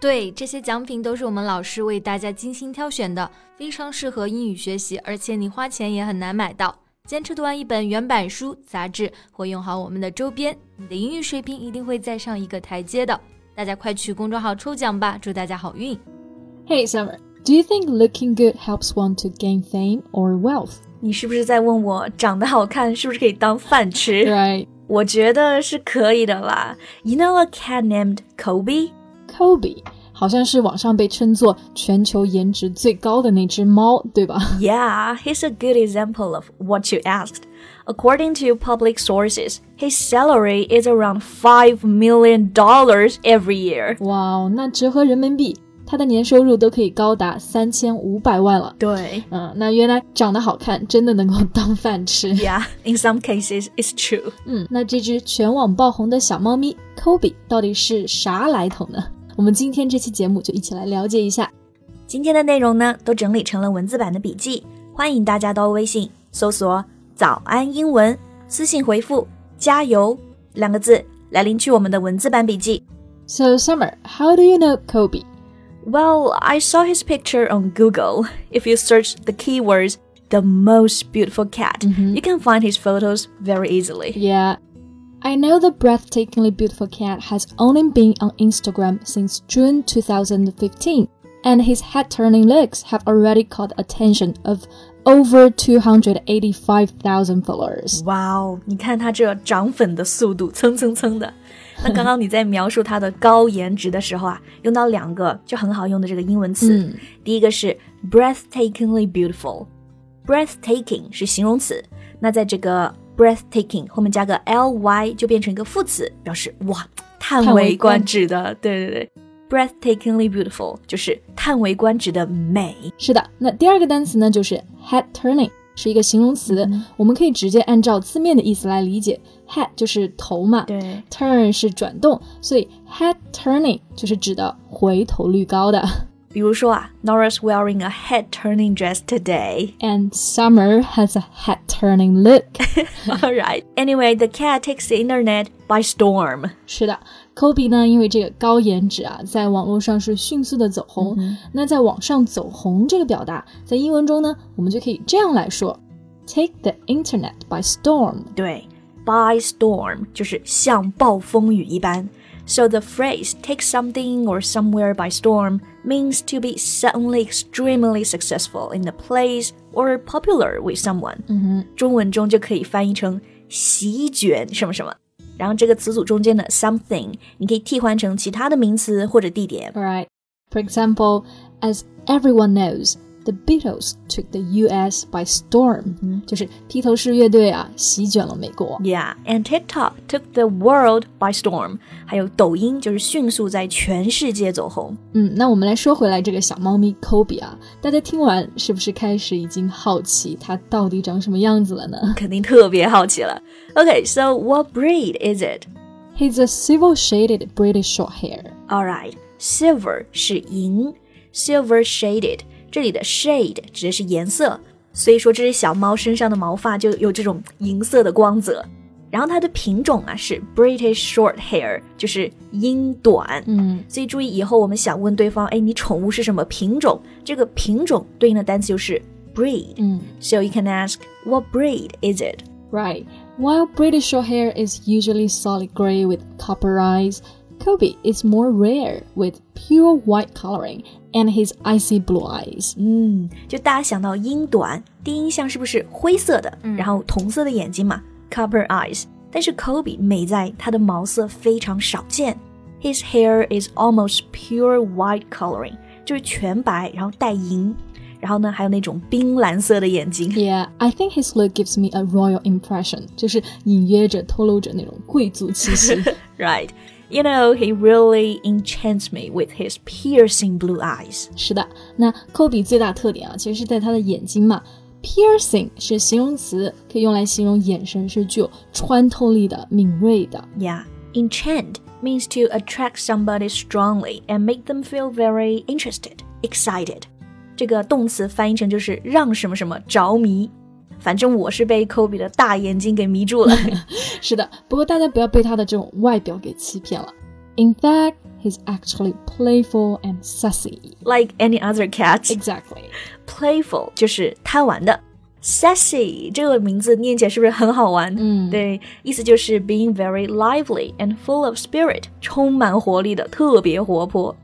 对，这些奖品都是我们老师为大家精心挑选的，非常适合英语学习，而且你花钱也很难买到。坚持读完一本原版书、杂志，或用好我们的周边，你的英语水平一定会再上一个台阶的。大家快去公众号抽奖吧，祝大家好运！ Hey, Summer. Do you think looking good helps one to gain fame or wealth? 你是不是在问我长得好看是不是可以当饭吃 Right. 我觉得是可以的啦。You know a cat named Kobe? Kobe 好像是网上被称作全球颜值最高的那只猫，对吧？ Yeah, he's a good example of what you asked. According to public sources, his salary is around $5 million every year. 哇哦，那折合人民币，它的年收入都可以高达三千五百万了。对。嗯，那原来长得好看真的能够当饭吃。 Yeah, in some cases, it's true. 嗯，那这只全网爆红的小猫咪 Kobe 到底是啥来头呢？我们今天这期节目就一起来了解一下。今天的内容呢，都整理成了文字版的笔记，欢迎大家到微信搜索“早安英文”，私信回复“加油”两个字来领取我们的文字版笔记。 So Summer, how do you know Kobe? Well, I saw his picture on Google. If you search the keywords the most beautiful cat, you can find his photos very easily. Yeah, I know the breathtakingly beautiful cat has only been on Instagram since June 2015, and his head-turning looks have already caught attention of over 285,000 followers. 哇哦，你看他这涨粉的速度，蹭蹭蹭的。那刚刚你在描述他的高颜值的时候啊，用到两个就很好用的这个英文词，嗯第一个是 breathtakingly beautiful。breathtaking 是形容词，那在这个 breathtaking 后面加个 ly 就变成一个副词，表示哇，叹叹为为观观止的。对对对，breathtakingly beautiful 就是叹为观止的美。是的，那第二个单词呢，就是 head turning，是一个形容词，嗯我们可以直接按照字面的意思来理解。head 就是头嘛，对，turn 是转动，所以 head turning 就是指的回头率高的。 比如说啊，Nora's wearing a head-turning dress today. And summer has a head turning look。 All right. Anyway, the cat takes the internet by storm. 是的，Kobe 呢，因为这个高颜值啊，在网络上是迅速的走红。嗯那在网上走红这个表达，在英文中呢，我们就可以这样来说：take the internet by storm。对，by storm 就是像暴风雨一般。So the phrase "take something or somewhere by storm" means to be suddenly extremely successful in a place or popular with someone。嗯哼，中文中就可以翻译成席卷什么什么。然后这个词组中间的 something，你可以替换成其他的名词或者地点。 Right. For example, as everyone knows, the Beatles took the U.S. by storm，、就是披头士乐队啊，席卷了美国。 Yeah, and TikTok took the world by storm. 还有抖音就是迅速在全世界走红。嗯，那我们来说回来这个小猫咪 Kobe 啊，大家听完是不是开始已经好奇它到底长什么样子了呢 肯定特别好奇了。Okay, so what breed is it? ？He's a silver shaded British Shorthair。 All right, silver 是银，silver shaded 这里的 shade 指的是颜色，所以说这只小猫身上的毛发就有这种银色的光泽。然后它的品种啊是 British Short Hair，就是英短。嗯所以注意以后我们想问对方，哎，你宠物是什么品种？这个品种对应的单词就是 breed。嗯 So you can ask, what breed is it? ，Right. While British Shorthair is usually solid gray with copper eyes, Kobe is more rare with pure white coloring and his icy blue eyes. 嗯，就大家想到英短，第一印象是不是灰色的，然后同色的眼睛嘛，copper eyes。但是 Kobe 美在它的毛色非常少见，his hair is almost pure white coloring，就是全白，然后带银，然后呢还有那种冰蓝色的眼 睛。 Yeah, I think his look gives me a royal impression，就是隐约着透露着那种贵族气息。 Right. You know, he really enchants me with his piercing blue eyes. 是的，那科比最大特点啊，其实是在他的眼睛嘛。 piercing 是形容词，可以用来形容眼神是具有穿透力的、敏锐的。 Yeah. Enchant means to attract somebody strongly and make them feel very interested, excited. 这个动词翻译成就是让什么什么着迷。反正我是被 Kobe 的大眼睛给迷住了。 是的，不过大家不要被他的这种外表给欺骗了。In fact, he's actually playful and sassy. like any other cat, Exactly. playful 就是贪玩的。Sassy 这个名字念起来是不是很好玩？嗯对，意思就是 being very lively and full of spirit，充满活力的，特别活泼。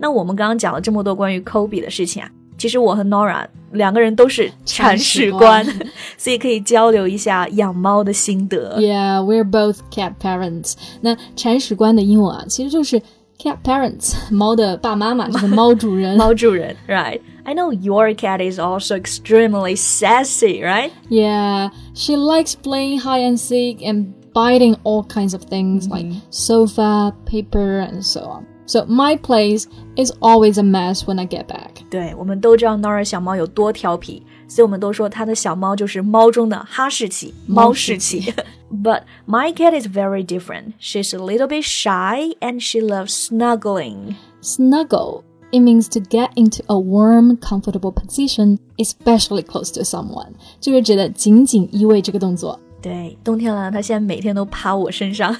那我们刚刚讲了这么多关于 Kobe 的事情啊，其实我和 Nora 两个人都是铲铲屎屎官官， 所以可以交流一下养猫的心得。 Yeah, we're both cat parents. 那铲屎官的英文啊，其实就是 cat parents，猫的爸妈嘛，就是 猫主人。猫主人，right? I know your cat is also extremely sassy, right? Yeah, she likes playing hide and seek and biting all kinds of things like sofa, paper, and so on. So my place is always a mess when I get back. 对，我们都知道 Nora 小猫有多调皮，所以我们都说它的小猫就是猫中的哈士奇、猫猫士士奇奇。But my cat is very different. She's a little bit shy and she loves snuggling. Snuggle. It means to get into a warm, comfortable position, especially close to someone. 就是指的紧紧依偎这个动作。对，冬天了，它现在每天都趴我身上。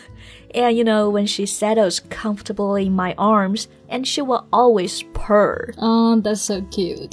And you know, when she settles comfortably in my arms, and she will always purr. 嗯、t h a t s so cute.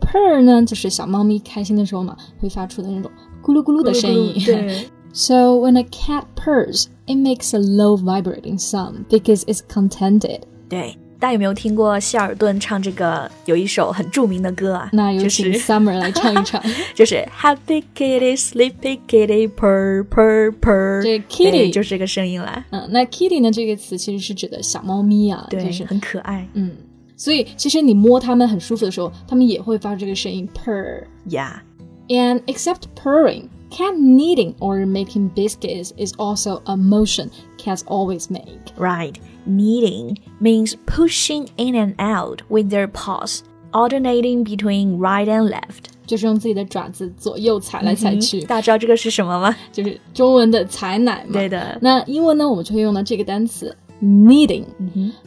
Purr 呢，就是小猫咪开心的时候嘛，会发出的那种咕噜咕噜的声音。对 So when a cat purrs, it makes a low vibrating sound because it's contented. 对，大家有没有听过希尔顿唱这个有一首很著名的歌啊？那有就请是 Summer 来唱 一唱。就是 Happy Kitty, Sleepy Kitty, purr purr purr，这个 kitty 对就是这个声音啦，嗯，那 kitty 呢这个词其实是指的小猫咪啊，对，就是很可爱嗯，所以其实你摸它们很舒服的时候，它们也会发出这个声音 purr。呀。 And except purring, cat kneading or making biscuits is also a motion cats always make. Yeah, right, kneading means pushing in and out with their paws, alternating between right and left。就是用自己的爪子左右踩来踩去，大家知道这个是什么吗？就是中文的踩奶嘛。对的那英文呢，我们就会用到这个单词 kneading，、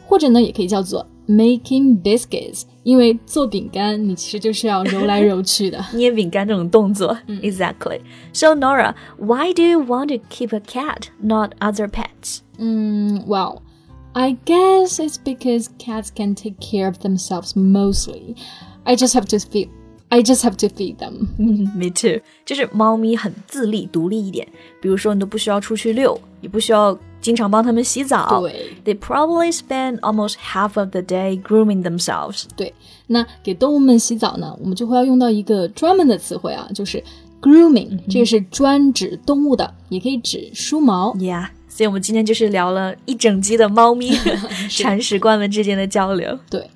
或嗯者呢也可以叫做 making biscuits，因为做饼干你其实就是要揉来揉 去的。捏饼干这种动作。Exactly. So Nora, why do you want to keep a cat, not other pets? 嗯，Well, I guess it's because cats can take care of themselves mostly. I just have to feed. I just have to feed them. Me too，就是猫咪很自立、独立一点。比如说，你都不需要出去遛，也不需要经常帮它们洗澡。对 They probably spend almost half of the day grooming themselves. 对，那给动物们洗澡呢，我们就会要用到一个专门的词汇啊，就是 grooming，、这个是专指动物的，也可以指梳毛。 Yeah，所以我们今天就是聊了一整集的猫咪铲屎官们之间的交流。对。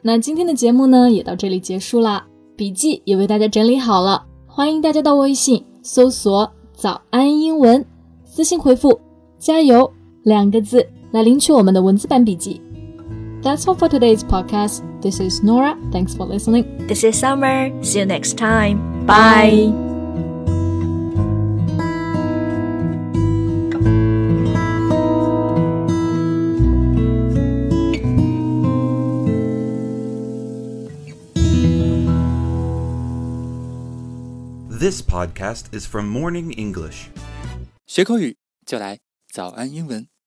那今天的节目呢，也到这里结束啦。笔记也为大家整理好了，欢迎大家到微信搜索“早安英文”，私信回复“加油”两个字来领取我们的文字版笔记。That's all for today's podcast. This is Nora. Thanks for listening. This is Summer. See you next time. Bye. This podcast is from Morning English. 学口语就来早安英文。